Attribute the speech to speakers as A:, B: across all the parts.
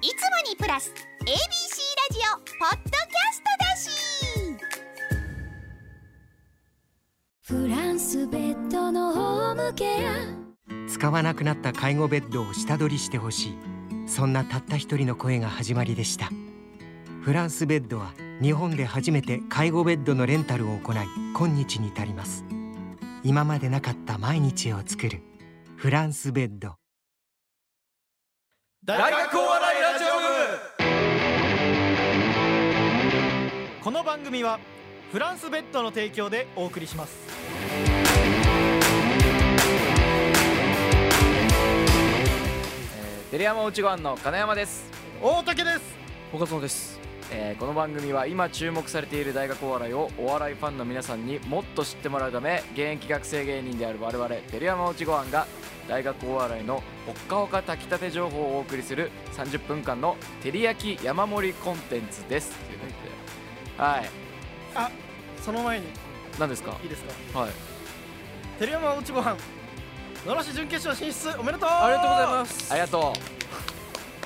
A: いつもにプラス ABC ラジオポッドキャストだし
B: フランスベッドのホームケア
C: 使わなくなった介護ベッドを下取りしてほしいそんなたった一人の声が始まりでしたフランスベッドは日本で初めて介護ベッドのレンタルを行い今日に至ります今までなかった毎日を作るフランスベッド
D: 大学お笑いラジオ部この番組はフランスベッドの提供でお送りします
E: えー、テレ山内ご飯の金山です
D: 大竹です
E: 岡園です、えーこの番組は今注目されている大学お笑いをお笑いファンの皆さんにもっと知ってもらうため現役学生芸人である我々テレ山内ご飯が大学お笑いのほっかほか炊きたて情報をお送りする30分間の照り焼き山盛りコンテンツですということではい
D: あその前に
E: 何ですか
D: いいですか
E: はい
D: 照山おうちご飯野良市準決勝進出おめでとう
F: ありがとうございます
E: あり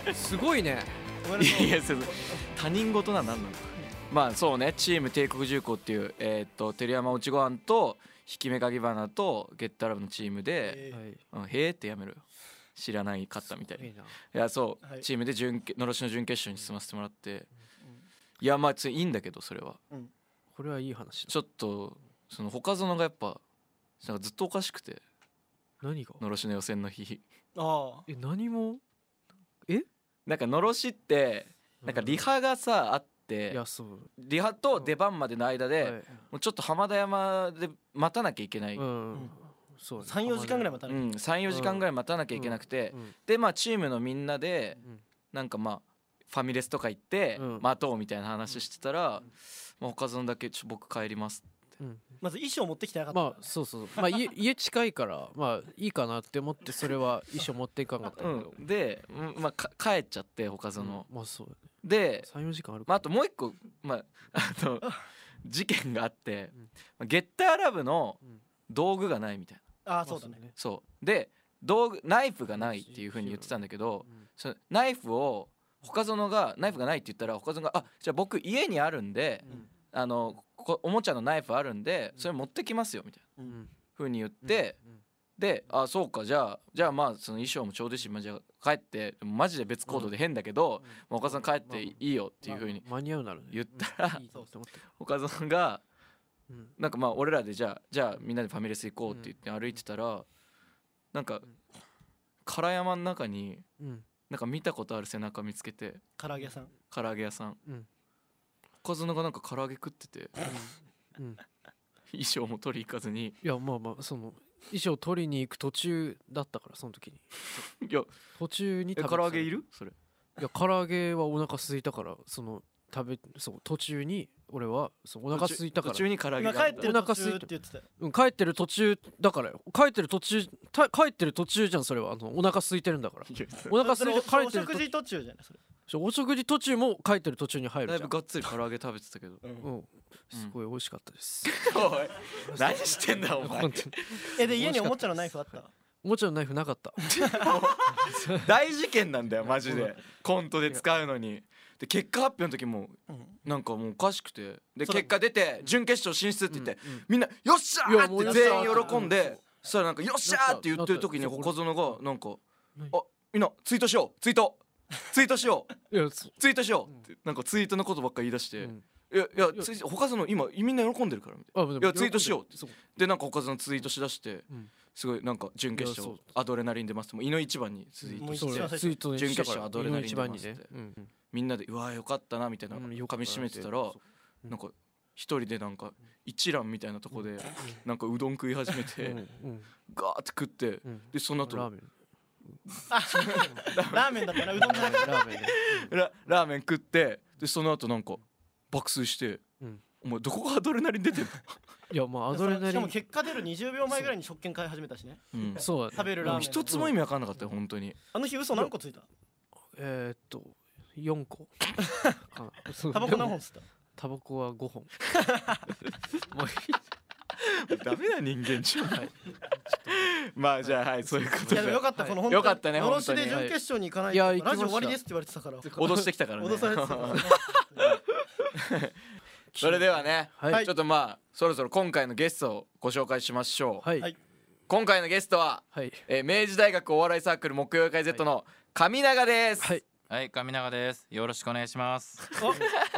E: がと
F: すごいね
D: おめ
E: う
D: でとう
E: いやそうそう他人事なんなんなのまあそうねチーム帝国重工っていうえーっと照山落ちごはんと引き目かぎ花とゲットアラブのチームで、
D: え
F: はい
E: うん、へーってやめろよ知らないかったみたい
F: い
E: ない
F: いな
E: やそう、
D: はい
E: チームで準決のろしの準決勝に進ませてもらって、いやまあついいんだけどそれは
F: これはいい話だ
E: ちょっとその他園がやっぱなんかずっとおかしくて
F: 何が
E: のろしの予選の日
D: ーあ
F: え何も
E: なんかのろしってなんかリハがさあって、
F: いやそう
E: リハと出番までの間で、
F: はい
E: もうちょっと浜田山で待たなきゃいけない、
F: う
E: うん
F: んそうね
D: 34時間ぐらいまたね、
E: 34時間ぐらい待たなきゃいけなくて、
F: うん
E: でまあチームのみんなで
F: うん
E: なんかまあファミレスとか行って
F: うん
E: 待とうみたいな話してたら、まあ、他のだけちょ僕帰ります
F: うん
D: まず衣装持ってきてなかった、
F: まあそうそうそうまあ 家家近いからまあいいかなって思ってそれは衣装持っていかんかったけ
E: う
F: ど
E: ん、で、うんまあ、か帰っちゃって他園の、
F: まあそう
E: で、
F: 三四時間ある
E: まあ、あ
F: か
E: ともう一個、まあ、 あの事件があって
F: うん、
E: まあゲッターラブの
F: うん
E: 道具がないみたいな
D: あ
F: ま
D: ーそうだね、
E: そうで道具ナイフがないっていうふうに言ってたんだけど、
F: うん
E: そのナイフを他園がナイフがないって言ったら他園が「あじゃあ僕家にあるんで、
F: うん
E: あのこおもちゃのナイフあるんで
F: うん
E: それ持ってきますよ」みたいな
F: うんうん
E: 風に言って、
F: うん
E: で「あそうかじゃあじゃあまあその衣装もちょうどいいし、まあ、じゃあ帰ってでもマジで別行動で変だけど、まあ、岡田さん帰っていいよ」っていう風に
F: 間に合うならね
E: 言ったら
F: うんいいなって思ったけど
E: 岡田さんが
F: うん
E: なんかまあ俺らでじゃあじゃあみんなでファミレス行こうって言って歩いてたらなんか
F: ん
E: 唐山の中に
F: うん
E: なんか見たことある背中見つけて
D: 唐揚げ屋さん
E: 唐揚げ屋さん
F: うん
E: 岡園がなんか唐揚げ食って て
F: うん
E: 衣装も取り行かずに
F: いやまあまあその衣装取りに行く途中だったからその時に
E: 「いや
F: 途中に
E: え
F: 食べて
E: 唐
F: た
E: 揚げいる?」それ
F: いや唐揚げはお腹空いたからその食べそう途中に俺はそうお腹空いたから
E: 途中に唐揚げ
D: 今
E: があ
D: 帰
E: っ
D: ったてる
F: お
D: 途中
F: 腹空いた
D: って言ってたよ
F: うん、帰ってる途中だからよ帰ってる途中た帰ってる途中じゃんそれはあのお腹空いてるん だから
E: いや
F: お腹
D: そ
F: 空
D: れ
F: いて帰
D: お
F: ってる
D: 食
F: 途
D: 事途中じゃないそれ、
F: 中お食事途中も帰ってる途中に入
E: だ
F: る
E: い
F: じゃ
E: ぶが
F: ん
E: っつり唐揚げ食べてたけど
F: うんすごい美味しかったです、
E: おい何してんだお前
F: 本当に
D: えで家におもちゃのナイフあった
F: おもちゃのナイフな かった
E: 大事件なんだよマジでコントで使うのにで結果発表の時も
D: うん
E: なんかもうおかしくてで
D: そうだ
E: 結果出て準決勝進出って言って
F: うんうん
E: みんな「よっしゃー!」
F: いやも
E: っ
F: う
E: て
F: よっしゃ
E: 全
F: ー
E: 員喜んでそしたらなんか「よっしゃー!」って言ってる時に
F: なった
E: 小園がなんか
F: 何
E: 「あみんなツイートしようツイー トツイートしよう
F: いやそ
E: ツイートしよう」ってなんかツイートのことばっか言い出し
F: う
E: て
F: ん
E: 「いやいやツイ他の今みんな喜んでるから」みたいな。
F: あで
E: い
F: も
E: やツイートしようって
F: そう
E: でなんか他のツイートしだして
F: うん
E: すごいなんか準決
F: いや
E: 勝
F: そう
E: アドレナリン出ますってもう井の一番に続い
D: もう
E: て
D: 一
F: そう
D: 番最
F: ね
D: 初
F: ツイートに
E: 準決
F: した
E: 勝
F: から
E: アドレナリン
F: 一番に
E: 出ま
F: ね
E: すって
F: うんうん
E: みんなで「うわーよかったな」みたいな
F: うんよ
E: か
F: かった
E: みしめてたら
F: そううん
E: なんか一人でなんか一蘭みたいなとこでなんかうどん食い始め
F: う
E: て
F: んうん
E: ガーって食って
F: うん
E: でその後
F: ラー
E: ラ
F: メ
D: ラーメン
F: ン
D: だったなうどんじゃなくて
F: ラーメンね
E: ラーメン食ってでその後なんか爆睡して
F: うん
E: 「お前どこがアドレナリン出てんの?
F: いやまあアドレナ
D: しか
F: リ
D: も
F: ン
D: 結果出る20秒前ぐらいに食券買い始めたしね
E: うん」
F: そうだね
D: 食べるラーメン
E: 一つも意味わかんなかったよ本当に
D: あの日嘘何個ついた
F: えー、っと4個かなそう
D: タバコ
F: で
D: 何
F: も
D: 本吸った
F: タバコは5本もう
E: ダメな人間じゃない まあじゃあはいそういうこと
D: い
E: で
D: やでもよかった
F: はい
D: この本当に
E: よかったね
D: のろし
E: 本当
D: で
E: に
D: 準決勝に行かない
F: いや
D: と
F: 行きま
D: ラ
F: し
D: ジ
F: た
D: オ終わりですって言われてたから
E: 脅してきたからね
D: 脅されてたからね
E: それではね、
F: はい
E: ちょっとまあそろそろ今回のゲストをご紹介しましょう、
F: はい
D: は
F: はいい、
E: 今回のゲストは、
F: はい
E: えー明治大学お笑いサークル木曜会 Z の上永です、
F: はい
G: はい、上永です。よろしくお願いします。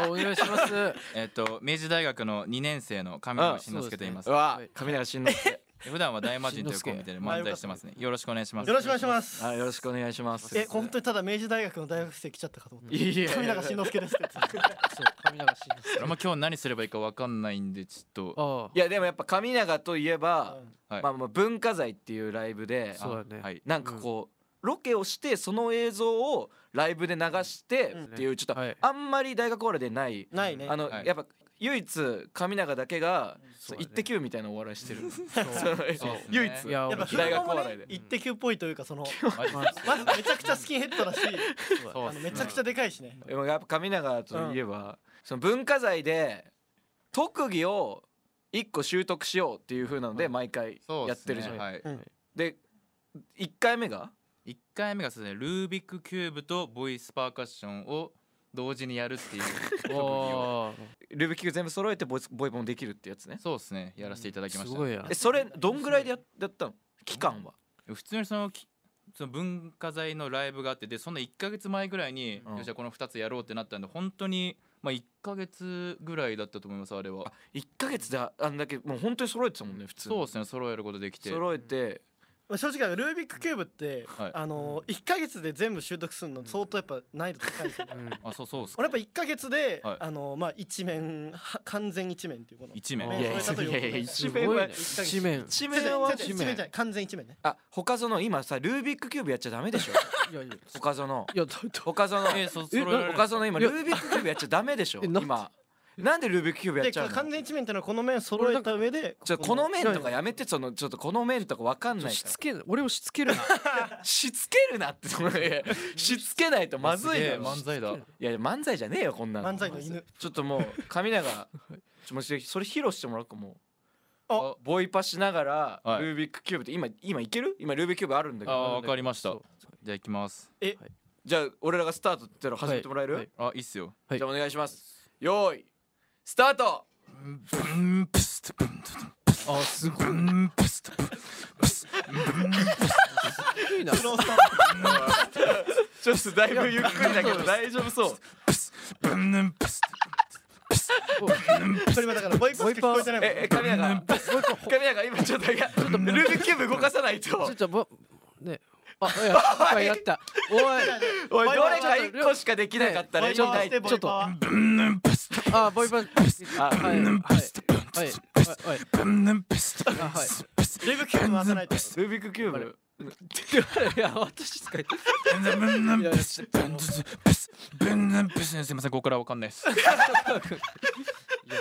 F: お願いします
G: えっと、明治大学の2年生の上野慎之介と言います
E: う。わ
F: はい
E: 上永慎之介
G: 普段は大魔神というコンビで漫才してますね。よろしくお願いします。
D: よろしくお願いし
G: す。
D: ます
E: あよろしくお願いします
D: え本当にただ明治大学の大学生来ちゃったかと思って
E: いや
D: 富永慎之介ですって言ってた
F: そう髪長しいです
G: あんま今日何すればいいかわかんないんで、ちょっと。
F: あ
E: いやでもやっぱ上永といえば、
G: はい
E: まあ、まあ文化財っていうライブで
F: あそうだね
G: はい。
E: なんかこう、ロケをしてその映像をライブで流してっていうちょっと、
F: はい
E: あんまり大学お笑いでない、
D: ないね
E: あの、
G: はい
E: やっぱ唯一上永だけが
F: そうだね
E: イッテ Q みたいなお笑いしてる、
F: そう
E: そう
G: そう
E: 唯
G: そう
E: 一
F: い
D: や
F: や
D: っぱ
E: 大
D: 大
E: 学
D: 学
E: お
D: も
E: 笑い
D: ね
E: で
D: 一滴っぽいというかその
G: マジです
D: まずめちゃくちゃスキンヘッドだ し
G: そう
D: あの
G: ですね
D: めちゃくちゃでかいしね
E: でもやっぱ上永といえば、その文化財で特技を一個習得しようっていう風なので毎回
G: そう
E: やっ
G: です
E: て
G: ね
E: るじゃん。
G: はい。
E: で1回目が
G: 1回目がそうですね、ルービックキューブとボイスパーカッションを同時にやるっていう特技を。
F: おー
E: ルービックキューブ全部揃えてボイスボイボンできるってやつね。
G: そうですね、やらせていただきました。
F: すごいや
E: えそれどんぐらいでややったの期間は、
G: 普通にそのきその文化財のライブがあってでその1か月前ぐらいに、
E: うん
G: よっしゃこの2つやろうってなったんで本当にまあ1か月ぐらいだったと思いますあれは
E: 一1か月でああんだけもう本当に揃えてたもんね普通に
G: そうですね揃えることできて
E: 揃えて
D: 正直ルービックキューブって、
G: はい
D: あの1か月で全部習得するの相当やっぱ難易度高いですよね
F: うん
G: あそうそうっすか
D: 俺やっぱ1か月で、
G: はい
D: あのまあ一面は完全一面っていうもの
G: 1名
F: い
D: 面
F: やいや
D: それだと
E: いやいやいや
F: す
E: 一
F: ごい
E: 面は
F: ね
D: 一面
F: 一面
E: 一
D: 違う違
E: 面
D: う
E: は
D: 違う一面じゃない完全一面ね
E: あ他その今さルービックキューブやっちゃダメでしょ
F: いやいや
E: 他その
F: いやだだ
E: 他その
G: えー、そ揃えられる
E: 他その今
F: いや
E: ルービックキューブやっちゃダメでしょ
F: えなん
E: 今なんでルービックキューブやっ
D: で
E: ちゃう
D: 完
E: の
D: 全一面ってのはこの面揃えた上で
E: ちょこの面とかやめてそのちょっとこの面とかわかんない
F: し
E: か
F: つけ俺をしつけるな
E: らしつけるなってそのいやしつけないとまずいだ
G: ね
E: ろ
G: 漫才だ
E: いやいや漫才じゃねえよこんなの
D: 漫才の犬
E: ちょっともう神永ちょもうそれそれ披露してもらおうかもう
D: あ
E: ボイパしながら
G: はい
E: ルービックキューブって今今いける今ルービックキューブあるんだけ
G: あ
E: ど
G: わかりました
F: そう
G: じゃあいきます
E: じゃあ俺らがスタートっての始めてもらえる、
F: はいはい
G: あいいっすよ
F: はい
E: じゃあお願いしますよーいスタート
F: あすごい低いな
D: スロースター
E: ちょっとだいぶゆっくりだけど大丈夫そう
D: トそれ今だからボイパしか聞こえてないもん
E: ええ神永神永今ちょっといやルービックキューブ動かさない
F: ちょ
E: と
F: っとぼねあいや一回やったお
E: お
F: い
E: い
D: ボイ
E: ど
D: パ
E: れか一個しかできなかったら
D: ボイ
E: ちょ
D: パ
E: っ
D: はしてボ
E: と
D: イパは
F: あボイパはい
E: あ
F: はいはいはいあはい
D: ルービックキューブ回さないと
E: ルービックキューブいや私しか言って
G: すいませんここからわかんないです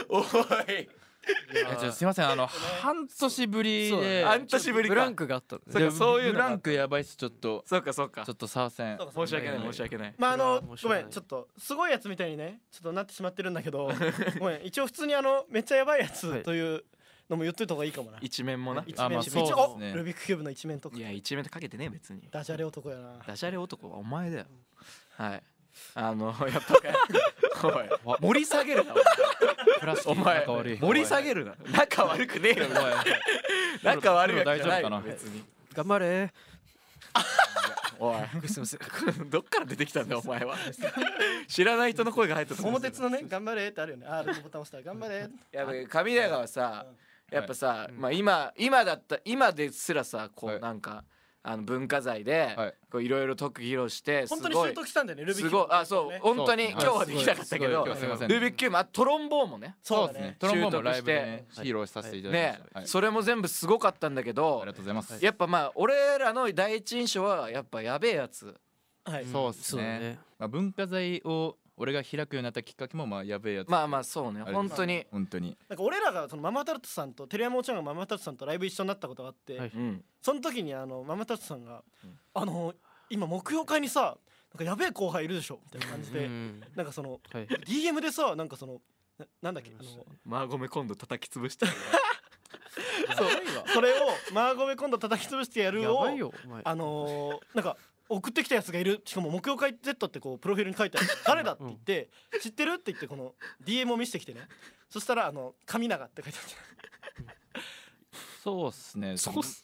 E: おい
G: いやちょっとすいませんあの半年ぶり
F: そうだね
G: で
E: 半年ぶり
F: ブラン
E: か
F: クがあったのね
E: そうかそういうの
G: ブ
E: があった
G: ランクやばいっすちょっと
E: そうかそうか
G: ちょっとサーセン
D: そうかそう
E: 申し訳ない申し訳ない
D: まああの
F: いや申し
D: ご
F: 訳な
D: め
F: い
D: んちょっとすごいやつみたいにねちょっとなってしまってるんだけどごめん一応普通にあのめっちゃやばいや
F: は
D: つ
F: い
D: というのも言っといた方がいいかもな
E: 一面 もな
D: 一
G: あま
D: 面
G: あ
D: 一
G: そう
D: 面
G: で
D: 一
G: す
D: 応
G: ね
D: ルービックキューブの一面とか
E: いや一面とかけてねえ別に
D: ダジャレ男やな
E: ダジャレ男はお前だよはいあの やっぱおい盛り下げ るな
G: プラス
E: お前盛り下げるな仲悪くね えよ
G: お前
E: 仲悪いやつじゃない
G: 大丈夫かな
E: よ別に
F: 頑張れ
E: おい
F: すいません
E: どっから出てきたんだよお前は知らない人の声が入ったと思う
D: 桃鉄のね頑張れってあるよね R のボタン押したら頑張れ
E: やっぱ上永はさやっぱさ、
F: い
E: まあ今今だった今ですらさこ
G: は
E: う
G: い
E: なんか、あの文化財で
G: はい
E: こういろいろ特技披露してす
D: 本当に
E: ご
D: 習
E: い
D: 得したんだよねルービッ
E: す
D: クキュ
E: ご
D: ー
E: い
D: ブ
E: あそう本当に
G: そう
E: 今日はできなかったけど
G: すごいすごい今日はすいません
E: ルービックキューブあトロンボーンもね
G: そ
D: そううだ
G: ですね
D: ね
G: トロンボーンもライブで
E: 習
G: ね
F: して
G: 披露させていただきま
E: ね
G: した、はい
E: それも全部すごかったんだけ
G: あ
E: ど
G: りがとうございます、
E: やっぱまあ俺らの第一印象はやっぱやべえやつ
D: はい
G: そうです
F: そう
G: ね
F: だね
G: まあ、文化財を俺が開くようになったきっかけもまあやべえやつ
E: まあまあそうね
G: あれ
E: 本当に
G: 本当に
D: なんか俺らがそのママタルトさんとテレヤモちゃんがママタルトさんとライブ一緒になったことがあって、
F: はい
E: うん
D: その時にあのママタルトさんが「
E: うん
D: あの今木曜会にさなんかやべえ後輩いるでしょ」みたいな感じで、
F: うん
D: なんかその
F: はい
D: DM でさなんかそのななんだっけあの
E: まあごめん今度叩き潰して
F: そうやばいわ
D: それをマーゴメ今度叩き潰してやる
F: や
D: を
F: ばいよお前
D: あのーなんか送ってきたやつがいるしかも木曜会 Z ってこうプロフィールに書いてある誰だって言って、知ってるって言ってこの DM を見せてきてねそしたらあの「神長」って書いてあっ
G: そうっすね
F: そうっす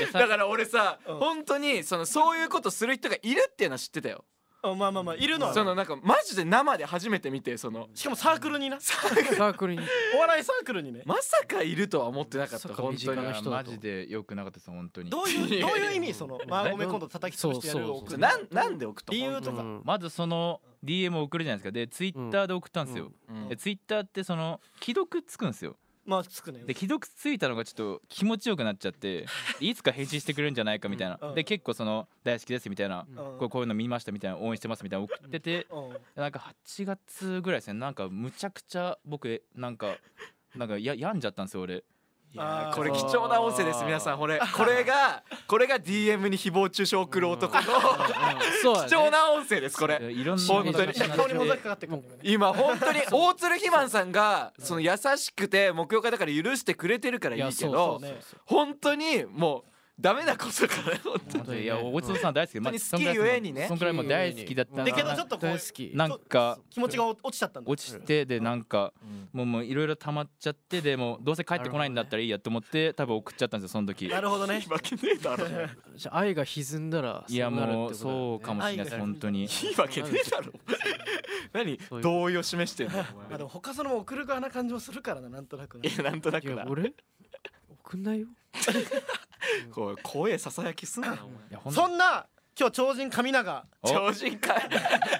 G: いやさ
E: だから俺さ、
D: うん
E: 本当にそのそういうことする人がいるっていうのは知ってたよ。
D: たあまあまあまあいるのはね、
E: そのなんかマジで生で初めて見てその
D: しかもサークルにな
F: サークルに
D: お笑いサークルにね
E: まさかいるとは思ってなかった
F: まさか
E: 本当
F: 身近
E: に
F: な。
G: あ
F: 人だ
G: マ
F: と
G: ジで良くなかったです本当に
D: どういうどういう意味その
F: うん
D: マーゴメ今度叩き潰してやるを
F: そう
D: 送
F: そ
D: る
F: う
D: な
E: な
D: ん
E: なんで置くと
D: 理由と
F: う
D: か
F: ん
G: まずその DM を送るじゃないですかでツイッターで送ったんですよ、
E: うん
G: でツイッターってその既読つくんですよ
D: まあつくね
G: で既読ついたのがちょっと気持ちよくなっちゃっていつか返信してくれるんじゃないかみたいな、
D: うん
G: で結構その大好きですみたいな、
D: うん
G: こうこういうの見ましたみたいな応援してますみたいな送ってて、
D: うん
G: なんか8月ぐらいですねなんかむちゃくちゃ僕えなんかなんかや病んじゃったんですよ俺
E: い
D: あ
E: やー
D: ー
E: これ貴重な音声です皆さんこれこれがこれが DM に誹謗中傷を送る男の
F: そうやね
E: 貴重な音声ですこれ
G: いろんな
E: 本当に
G: ことが
D: 顔にもざきかかってくるんだよね
E: 今本当に大鶴ひまんさんがその優しくて目標家だから許してくれてるからいいけ
D: そう
E: ど
D: ね
E: 本当にもうダメなことから 本当に
G: 本当にいや大津さん大好きで、
E: 本当に好きゆえにね
G: そんぐらいもう大好きだった
D: だけどちょっとこう
F: 大好き
G: なんか
D: 気持ちが落ちちゃったんだ
G: 落ちてでなんかもうもういろいろ溜まっちゃってでもうどうせ帰ってこないんだったらいいやと思って多分送っちゃったんですよその時
D: なるほどね
E: 負けねえだろ
F: じゃあ愛が歪んだら
G: いやもうそうかもしれないです
D: 愛が
G: 本当に
E: いいわけねえだろ何
F: そういう
E: 同意を示してんの
D: まあでも他その送る側な感じもするからななんとなく
E: い
D: ね
E: やなんとな
F: し
E: く
F: れな
E: な
F: いや俺送んないよ
E: こう声ささやきすんなお前
G: いやほん
D: そんな今日超人神長
G: お
E: 超人か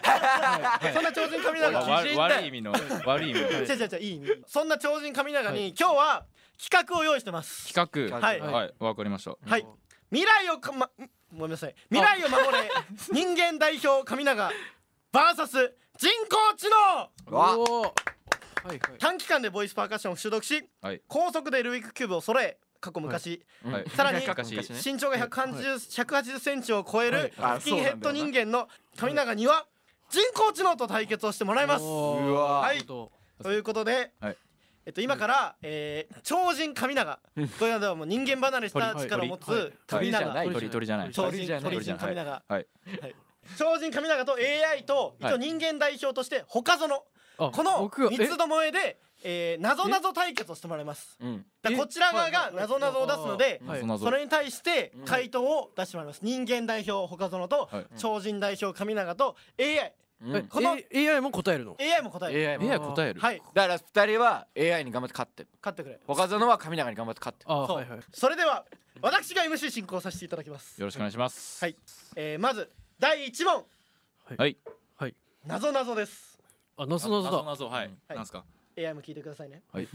D: そんな超人神
G: わ
D: 長
E: おい
G: 悪い悪い意味の悪い意味の
D: 違う
G: 企
D: 違う違ういい意味そんな超人神長に、今日は企画を用意してます
G: 画
E: はい
G: はいわかりました
D: はい未来をか、ま、んごめんなさい未来を守れ人間代表神長 VS 人工知能
E: わ
F: おーはいはい
D: 短期間でボイスパーカッションを習得し、
G: はい
D: 高速でルービックキューブを揃え過去昔、
G: はい
D: さらに
G: 昔
E: 昔ね
D: 身長が180 180センチを超える
E: はいあ
D: スキンヘッド
E: そうな
D: 人
E: ん
D: 間の神長には人工知能と対決をしてもらいます
F: おー
E: うわ
D: はい
F: 本
D: ということで、
G: はい
D: えっと、今から、えー超人神長これではもう人間離れした
G: 鳥
D: 力を持
F: はいはい
D: つ神
E: 鳥じゃ
D: 長
E: ない
G: 鳥鳥じゃない
D: 超
E: 鳥
D: 人
E: じゃない
D: 鳥人神長
G: はい
D: 超人神長と AI と一
G: は
D: 応
G: い
D: 人間代表として他園
F: 当あ
D: この
F: 僕は
D: 三
F: え
D: つどもえでえー謎謎対決をしてもらいます
E: うん
D: だからこちら側が謎謎を出すので
F: はい
G: 謎
D: そ
G: 々
D: れに対して
E: うん
D: 回答を出してもらいます人間代表他園と
G: はい
D: 超人代表神長と AI
E: うん
F: え
D: この
F: A- AI も答えるの
D: AI も答える
E: AI も
G: AI 答える
D: はい
E: だから二人は AI に頑張って勝ってる
D: 勝ってくれ
E: 若園は神長に頑張って勝ってる
F: あ
D: そう
F: はいはい
D: それでは私が MC 進行させていただきます
G: よろしくお願いします
D: はいえーまず第一問
G: はい
F: はい
D: 謎謎です
F: あ謎謎だ
G: 謎々は
E: う
G: い
E: ん
G: なんすか
D: AI も聞いてくださいね
E: 聞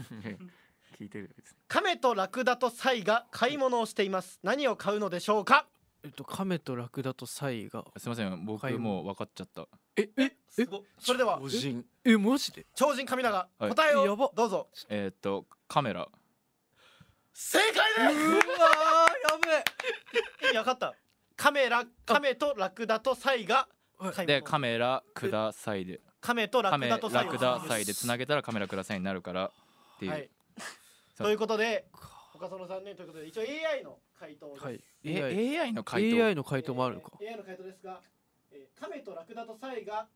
E: いてる
D: 亀とラクダとサイが買い物をしています何を買うのでしょうか
F: えっと亀とラクダとサイが
G: すいません僕
F: はい
G: もう分かっちゃった
F: えええ
D: それでは
E: 超人
F: えマジで
D: 超人神長
G: はい
D: 答え
F: やば
D: をどうぞ
G: えーっとカメラ
D: 正解です意味わかった亀ラ亀とラクダとサイが買い
G: で
D: 物
G: カメラくださいで
D: 亀とラ
G: カ
D: ク
G: メ
D: ダ
G: ラ
D: とサイ
G: くださいでつな
D: げ
G: げたらカメラくださいになるからっていう、
D: はいということで岡園さんねということで一応 AI の回答です
F: はいえ
G: え AI の回答
F: AI の回答もあるのか
D: えー AI の回答ですが、えー、亀とラクダとサイが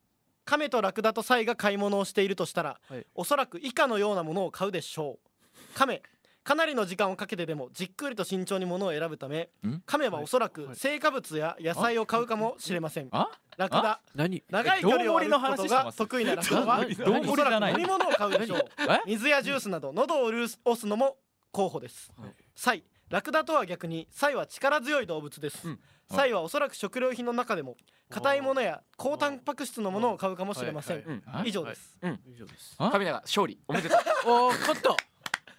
D: 亀とラクダとサイが買い物をしているとしたら、
F: はい
D: おそらく以下のようなものを買うでしょう亀かなりの時間をかけてでもじっくりと慎重にものを選ぶため
G: ん
D: 亀はおそらく
F: はい
D: 成果物や野菜を買うかもしれません
G: あ
D: ラクダ
F: 何
D: 長い距離を歩くことが得意なラクダは
F: え
G: どん
D: お
G: ぶり
D: そ
G: じゃ
D: らく
G: な
D: 飲み
G: い
D: 物を買うでしょう
G: え
D: 水やジュースなど喉を潤す押すのも候補です、
F: はい
D: サイラクダとは逆にサイは力強い動物です、
E: うん
D: サイはおそらく食料品の中でも硬いものや高タンパク質のものを買うかもしれません、
F: はい
E: うん
G: はい
D: 以上です、
F: 以上です
G: あ
E: 神長勝利おめでとう
F: ああ勝った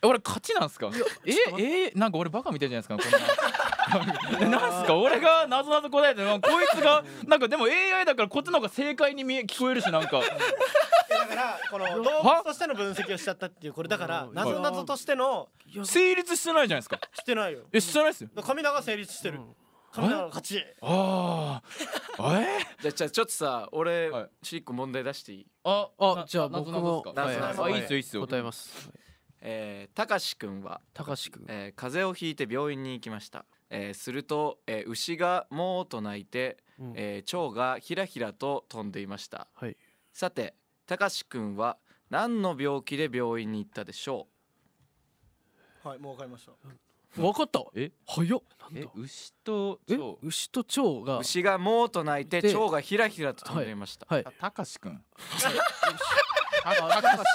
G: 俺勝ちなんすかええなんか俺バカみたいじゃないですかこんななんすか俺が謎々答えてるのこいつがなんかでも AI だからこっちの方が正解に見え聞こえるしなんか
D: えだからこの動物としての分析をしちゃったっていうこれだから
F: うん
D: なぞなぞとしての
F: いや
G: 成立してないじゃないですか
D: してないよ
G: えしてないっすよ
D: 神長成立してる
F: うん
D: 神長の勝ち
G: ああえ
E: じゃあ じゃあちょっとさ俺
G: はい
E: 一個問題出していい
G: あ
F: あ
G: な
F: じゃあ
G: な
F: 僕も
G: 謎々っすか
E: はい
G: あいいっすよいいっすよ
F: 答えます
E: ええーたかしくんは、
F: たかしくん
E: えー風邪をひいて病院に行きました、えーすると、えー牛が「もう」と鳴いて、
F: うん
E: えー蝶がひらひらと飛んでいました
F: はい
E: さてたかしくんは何の病気で病院に行ったでしょ
D: はいもうわかりました
F: わかった
G: え
F: 早っなん
G: え
F: だ
G: 牛と
F: え
G: 蝶
F: 牛と蝶
E: う
F: が
E: 牛が「もう」と鳴いて
F: で
E: 蝶がひらひらと飛んでいました、
F: はい
G: たたかしく んたたかし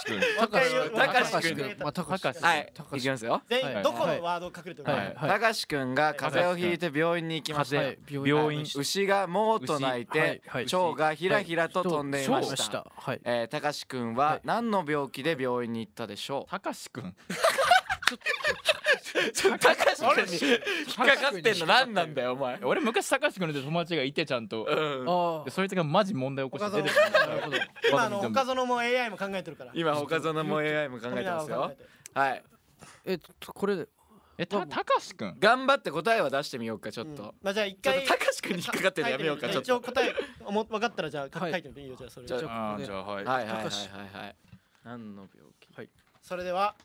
G: く
F: た
G: ん
F: かしくん
E: たかしくん
F: まあたかしくん
E: は
D: はい
F: たかしくん
E: いきますよ
D: 全
F: はい
D: 員どこのワード隠れてるか、
F: はい
G: はい
E: たかしくんが風邪をひいて病院に行きました、
F: はい
G: 病院
E: 牛が「もう」と鳴いて、
F: はいはい
E: 蝶がひらひらと飛んでいま
F: はい
E: し
F: したたはい
E: えーたかしくん
F: は
E: はい何の病気で病院に行ったでしょ
G: たかしくん
E: うちょたかしくんに引っかかってんの何なんだよお前
G: 俺昔たかしくんって友達がいてちゃんと
E: うん
F: あ
G: でそいつがマジ問題起こして出てく
D: 岡園
G: る
D: 今あの
G: 岡
D: 岡園も AI も考えてるから
E: 今他園も AI も考えてます
D: 富永は考
E: よ
D: えてる
E: はい
F: えっとこれで
G: えたたかしくん
E: 頑張って答えは出してみようかちょっ
D: うん
E: と
D: まあじゃあ一
E: ちょっ
D: 回
E: とたかしくんに引っかかってんのやめようかち
D: 書い
E: ょって
D: みて一
E: と
D: 応答えおも分かったらじゃあか
F: はい
D: 書いてみていいよじゃあそれ
E: じゃあ
G: あーじゃあはい
E: はいはいはいはい
F: たかし
E: はい何の病気
D: それでは、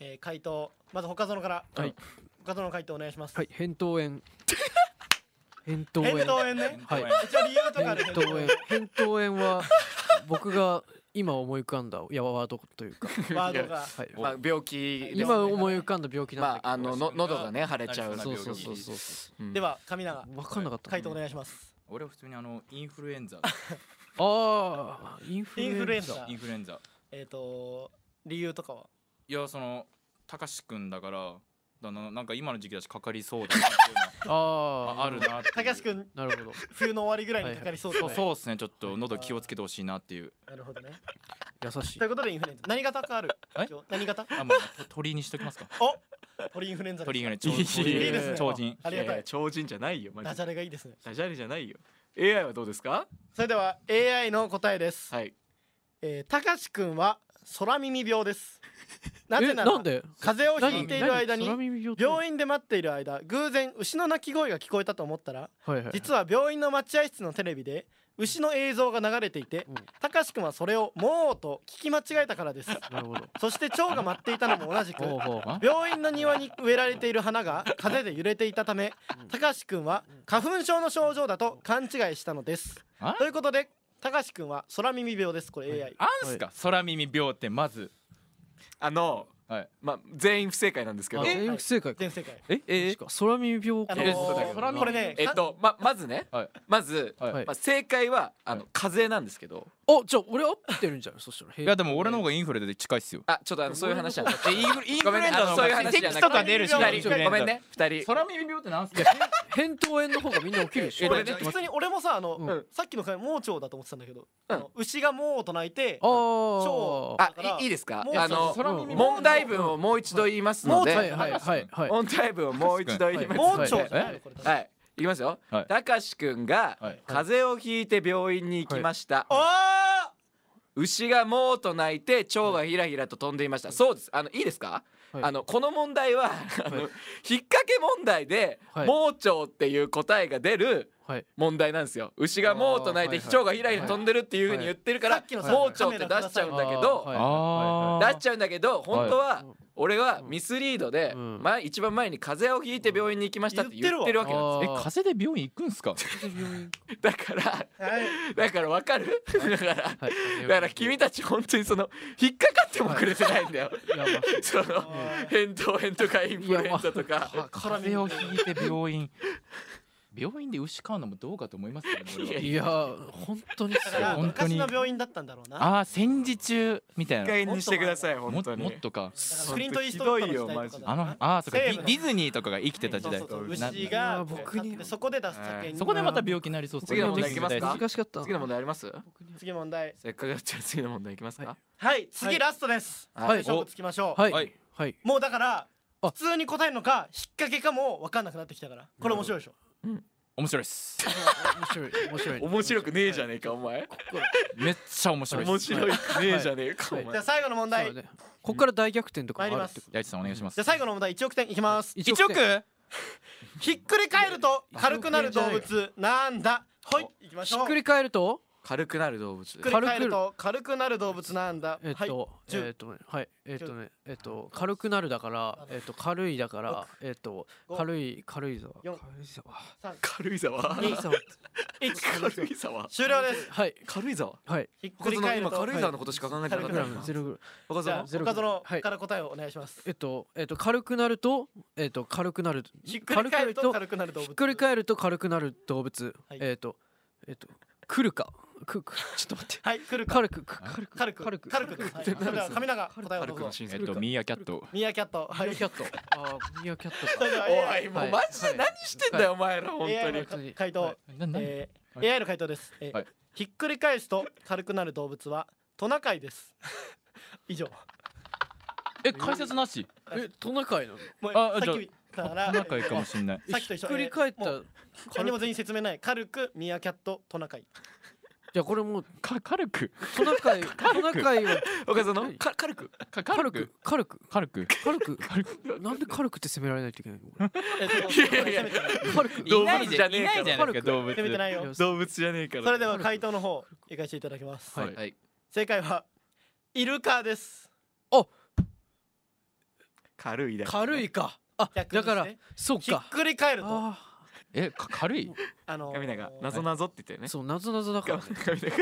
D: えー、回答まず岡園から、
F: はい、
D: 岡園の回答お願いします、
F: はい扁桃炎扁桃
D: 返答
F: 炎
D: 炎ね
F: はい
D: 一応理由とかある
F: 扁桃炎扁桃炎は僕が今思い浮かんだやワードというか
D: ワードが
F: はい
E: まあ病気です
F: 今思い浮かんだ病気なん
E: ま
F: だ
E: あ
F: けど
E: あのの喉がね腫れちゃうような
F: そう
E: 病
F: そうそう
E: 気
F: そう
E: うん
D: では神永
F: 分かんなかった
D: 回答お願いします
G: 俺は普通にあのインフルエンザ
F: ああインフ
D: インフル
F: ルエ
D: エ
F: ン
D: ン
F: ザ
D: ザ
G: インフルエンザ
D: えっ、と理由とかはい
G: やそのたかしくんだからだななんか今の時期だしかかりそうだなっていうのは
F: あ
G: ああるなっていう
D: 高橋君
F: なるほど
D: 冬の終わりぐらいにかかりそうです
G: そう
D: ね
G: そうですねちょっと喉気をつけてほしいなっていう
D: なるほどね
F: 優しい
D: ということでインフルエンザ何型かある
G: え
D: 一応何型
G: あまあと鳥にしときますか
D: お鳥インフルエンザ
G: 鳥以外
D: で
G: の
D: す
G: 超
D: い いですね
G: 超人
D: ありがた
E: いや
D: い
E: や超人じゃないよマジ
D: ダ
E: で
D: ジャレがいいですね
E: ダジャレじゃないよ AI はどうですか
D: それでは AI の答えです
E: はい
D: えーたかしくんは空耳病ですな
F: え
D: ぜなら
F: んで
D: 風邪をひいている間に病
F: 院
D: 院で待っている間偶然牛の鳴き声が聞こえたと思ったら
F: はいはい
D: 実は病院の待合室のテレビで牛の映像が流れていて
F: うん
D: たかしくんはそれを「もう」と聞き間違えた からです
F: なるほど
D: そして蝶が舞っていたのも同じく
F: ほうほうほう
D: 病院の庭に植えられている花が風で揺れていたためたかしくんは花粉症の症状だと勘違いしたのです
G: あ
D: ということでたかしくんは空耳病ですこれ AI
G: あんすか空耳病ってまず
E: あの
G: はい
E: まあ全員不正解なんですけど
F: あ全員不正解か
D: 全世界
G: え
F: え
G: え
F: ー空耳病
D: あ
F: か
D: の
E: えそうだよ
D: ー、これね
E: えっとままずね
G: はい
E: まず
G: はい、
F: はい
E: まあ正解はあの風邪なんですけど
F: おじゃあ俺合ってるんじゃないそしたら
G: いやでも俺の方がインフルエンザで近いっすよ
E: あちょっとあのそういう話じゃなくてインフルイン
G: インフルエンザの方
E: そういう
G: が
E: 話じゃ
G: 咳
E: な
G: と
E: くて
G: か出るし
D: インフルエンザ
G: インフルエンザ
E: ごめんね二人
G: 空耳病ってなんすか
F: 扁桃炎の方がみんな起きるでし
E: え
F: ょ
E: これ
D: 俺ね普通に俺もさあの、
F: うん
D: さっきの回盲腸だと思ってたんだけど、
E: うん
D: あの牛がもうと鳴いて
F: あ
D: 超
F: あ
E: あいいいですか
D: もう
E: あの
G: 空耳病
E: 問題文をもう一度言いますの
F: は
E: で
F: いはいはいはい
E: 問題文をもう一度言います
D: 盲
E: の
D: 腸
E: で
D: じゃ
E: は
D: ないのこれ確か
E: いいきますよ
G: はい
E: たかしくんが
G: はい
E: 風邪をひいて病院に行きました
D: おー
E: 牛がもうと鳴いて蝶がひらひらと飛んでいました、そうですあのいいですか、
F: はい
E: あのこの問題は、あの引っ掛け問題で、
F: はい
E: 盲腸っていう答えが出る
F: はい
E: 問題なんですよ牛がもうと鳴い
F: あーは
E: て
F: いはい
E: 蝶がひらひら飛んでるっていうふうに言ってるから、
D: はいさっきのさ
E: 盲腸って出しちゃうんだけど、
F: はい
G: あ
E: 出しちゃうんだけど本当は
F: うん
E: 俺はミスリードで、
F: うん
E: 前一番前に風邪をひいて病院に行きましたって言ってるわけなんで
G: え
F: あー
G: 風邪で病院行くんすか
E: すだから
D: はい
E: だからわかるだから
F: はい
E: だから君たち本当にその引っかかってもくれてないんだよ、
F: いやまあ
E: その 扁桃炎とかインフルエンザとか
G: あ風邪をひいて病院病院で牛飼うのもどうかと思いますけどね俺はい
F: や本当に
D: だ
F: そう
D: から
G: 本当
D: 昔
G: に
D: の病院だったんだろうな
G: ああ戦時中みたいな
E: 回にしてください
G: も
E: 本
G: っ
E: 当
G: と
E: に
G: もっとか
D: だからクリント・イーストウッドの時代とかだ
G: あのあーそっかデ
D: 西
G: ィ
D: 部の
G: ディズニーとかが生きてた時代
D: そうそう
G: な
D: そう牛
F: いや
D: が
F: 僕に
D: でそこで出す作品
G: そこでまた病気になりそうっす
E: 次の問題いきますか
F: 難しかった
E: 次の問題あります
D: 次問題
E: せっかくやってる次の問題いきますか
D: はい次ラストです
E: はい
D: はい勝負つきましょう
F: はい
G: は
F: はいいはい
D: もうだから
F: あ
D: 普通に答えるのか引っ掛けかも分かんなくなってきたからこれ面白いでしょ
G: 面白いっす
F: 面白い面白い
E: 面白くねえじゃねえかお前
G: めっちゃ面白いっす
E: 面白いくねえじゃねえかお
F: はい
D: じゃ
E: 前
D: あ最後の問題
F: そう
D: じ
F: だねこっから大逆転とかもあるってこ
G: 大地さんお願いします
D: ゃあ最後の問題1億点いきます
F: と
G: 一億
D: ひっくり返ると軽くなる動物なんだほい行きまし
F: ひ
D: ょ
F: っ
D: う
F: くり返ると
E: 軽くなる動物
D: くり返ると軽くなる動物なんだ。
F: えっ
D: はい。
F: と、え
D: 10
F: っとね、はい、えっとね、えっと、軽くなるだから、えっと、軽いだから、えっと、
D: 五
F: 軽い、軽いぞ。
D: 四
F: 軽いぞ。
D: 三
E: 軽井沢
F: 軽いぞ。
E: 軽井沢
D: 終了です。
F: はい、
E: 軽井沢
F: はい。
D: ひっく
E: 岡
D: り
E: 園
D: 返る
E: 今
D: と。
E: 軽井沢のことしか考えてなかっ
F: グ
E: た
F: ラ
E: よ
F: ム
E: な
F: ゼログ
E: 岡
D: じゃあ
E: 園
F: ゼロ
D: 岡園
F: はい
D: から答えをお願いします。
F: えっと、えっと、軽くなると、えっと、軽くなる。
D: ひっくり返ると軽くなる動物。
F: ひっくり返ると軽くなる動物。
D: はい
F: えっと、えっと、来るか。く、く、ちょっと待って。
D: はい、くるか。
F: 軽く、く軽く、
D: 軽く。
F: 軽く
D: 軽く。はいそれでは神永答えをどう
E: 軽くの
D: ぞ。
E: 審査
G: えっとミーアキャット
D: ミーアキャット。は
F: ミ
D: い
F: ヤ。キャット。あーミヤキャットか。
D: それでは
E: お
D: AI
E: いも
F: は
E: う
F: い
E: マジで何してんだよお前ら本当
D: AI
E: に
D: の
F: 当に
D: 回答。
G: なな
D: えー
G: はい
D: AI の回答です、えー
G: はい
D: ひっくり返すと軽くなる動物はトナカイです 以上
G: え解説なし
F: え、トナカイなの。ひ
D: もう
G: あ
D: さっ
G: じゃあ
D: き言ったか
G: な
D: ら
G: んかいいかもしんない
D: さっきと一緒
F: っくり返っ
D: えーも
F: た
D: う。何も全員説明ない軽くミーアキャットトナカイ
F: じゃ、これもう、
G: か軽く
F: ト ナカイ、トナカイを。
E: 岡園か軽く
F: 軽
G: か軽
F: く
G: く
F: 軽く
G: 軽く
F: 軽くなんで軽くって責められないといけないの俺
D: えー
E: いやいやいや
F: 軽く
E: 動物じゃねえから
G: いないじゃないですか動
D: 攻めて
G: 物
D: ないよ
E: 動物じゃねえか
D: それでは回答の方いかせていただきます、
F: はい
E: はい
D: 正解はイルカです
E: 軽いだ
F: 軽いかあ
D: 逆にして
F: だからそう
D: ひっ
F: か
D: くり返るとあ
F: あ
G: えか軽い
D: のー
E: 神永なぞなぞって言った
F: ー
E: よね
F: そう謎謎だからね
E: 神永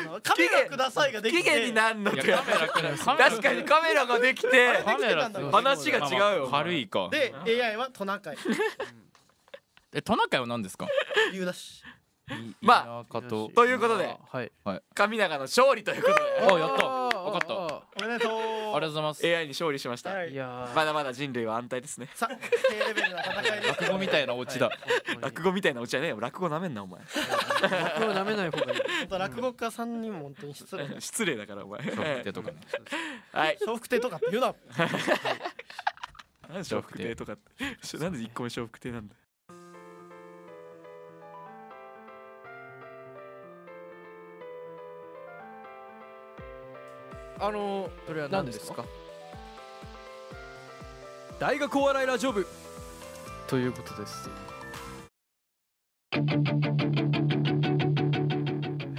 D: あのカメラくださいができ
E: 期
D: て
E: 限になんのっ
G: いや
E: て
G: カメラから
E: 確かにカメラができて
G: カメラすごい
E: 話が違うよ
G: まあ軽いか
D: で AI はトナカイ
G: えトナカイは何ですか
D: 理由だし
E: ま
G: あかと
E: ということで
F: はい
E: 神永の勝利ということ
G: あ
E: で
G: やったわかったあ
F: っ
D: おめでとう
G: りがとうございます
E: AI に勝利しました
D: はい
F: やー
E: まだまだ人類は安泰ですね
D: さあ低レベルな戦いです
G: 落語みたいなオチだ
F: 落
E: 落語みたいなお茶ねえよ落語なめんなお前
F: 語は舐めない方がいい
D: 本当落語家さんにも本当に失礼な
E: 失礼だから お前
G: 手とかね
E: はい
D: 笑福亭とかって言うな
E: 笑福亭とかって なんで一個も笑福亭なんだよ
F: あのーそれは何ですか
H: 大学お笑いラジオ部
F: ということです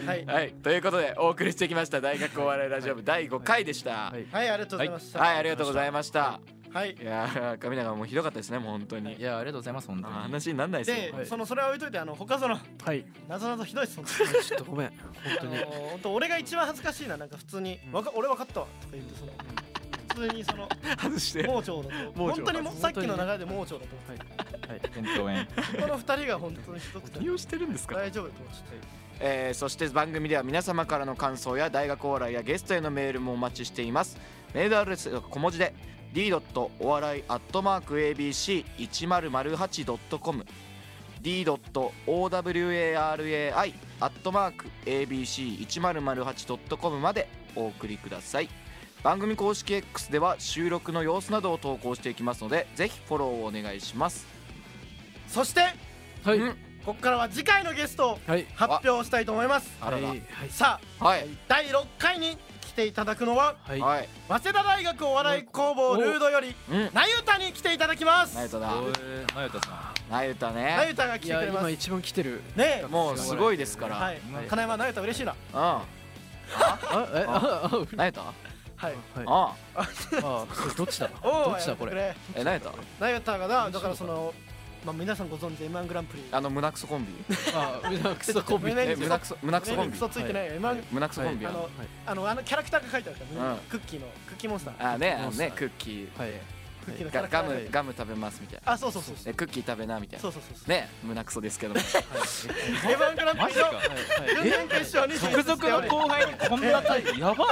D: はい
E: はいということでお送りしてきました大学お笑いラジオ部第5回でした
F: はい
D: はいありがとうございました
E: はいありがとうございました
D: はい
E: いやー神永もうひどかったですねもう本当に
G: いやありがとうございます本
E: あ
G: 当
E: ー
G: に
E: 話になんないです
D: で
E: よ
F: はい
D: そのそれは置いといてあの他その
F: はい
D: なぞなぞひどいです本
F: ちょっとごめん本
D: 当
F: 当
D: に
F: に
D: あのー本当俺が一番恥ずかしいななんか普通にわか俺わかったわとか言ってその普通にその
E: 外して
D: 盲腸だと
E: 盲腸
D: 本当にもうさっきの流れで盲腸だと
G: 店頭園
D: この二人が本当にひどくて
E: 利用してるんですか
D: 大丈夫だと思って
E: えーそして番組では皆様からの感想や大学お笑いやゲストへのメールもお待ちしていますメールアドレスは小文字で d お笑い @abc1008.com d.owari.abc1008.com までお送りください番組公式 X では収録の様子などを投稿していきますのでぜひフォローをお願いします
D: そして
F: はい
E: うん
D: ここからは次回のゲストを
F: はい
D: 発表したいと思います
E: あらら
F: はいはい
D: さあ
E: はい
D: 第六回に来ていただくのは
F: はい
E: はい
D: 早稲田大学お笑い工房ルードより
E: うん
D: なゆたに来ていただきます
E: なゆただ
G: なゆたさ
E: なゆたね
D: なゆたが
F: い
D: 来てく
F: や
D: れます
F: 今
D: ね
F: 一番来てる
D: え
E: もうすごいですから、
D: はい金山なゆた嬉しいな
E: あ
F: あえああ
E: あ、なえた？あ
D: はい
F: あ
E: あ、
F: あそれどっちだ
D: お
F: ど
D: お
F: っちだこれ
D: れ
E: え、なえた？
D: なゆたがなだからそのまあ皆さんご存知 M1 グランプリ
E: あの胸クソコンビ。
F: ああクソコンビ
D: 胸
E: え、
D: に
E: 胸クソ胸クソコ
D: 胸
E: ン
D: にク。
E: ビ
D: ソついてない M1
E: 胸クソコンビ
D: あ
E: やん。
D: のあのあのキャラクターが書いてあるから胸に
E: うん
D: クッキーのクッキーモンスター
E: あ、ね、あ
F: モ
E: の
F: ンスター
E: ね、クッキ
F: はい
D: クッキーのキャ
E: ー、
D: ラ
E: ガ
D: クタ
E: ガ
D: ーが
E: ムガム食べますみたいな。
D: あそうそうそうそ
E: え、
D: う
E: クッキー食べなみたい
D: そ
E: な
D: う。そうそう
E: ね、胸クソですけども。
D: M1 グランプリの準々決勝に進出
G: ん
D: しており
G: 後輩にこんなタイプやばっ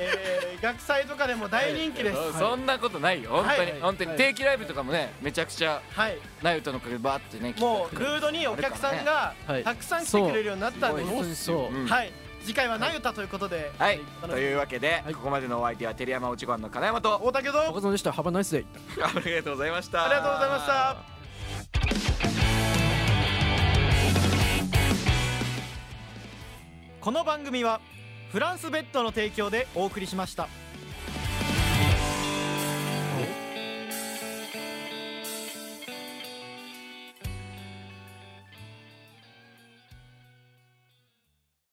D: えー学祭とかでも大人気です
E: そうそんなことないよ。本当
D: はいは
E: に
D: い
E: 本当に
D: はい
E: 定期ライブとかもね、めちゃくちゃ
D: はい
E: なゆたのおかげでバーってね。
D: もうルードにお客さんが
F: はい
D: たくさん来てくれるようになったんで
F: 本当にそう
E: うん
D: はい次回はなゆたということで
E: はい、
D: お楽
E: と
D: しみに
E: いうわけで、
F: はい
E: ここまでのお相手は照山おちごんの金山と
D: 大竹どうも
F: 岡園でした。ハバナイスデイ。
E: ありがとうございました
D: ありがとうございましたこの番組はフランスベッドの提供でお送りしました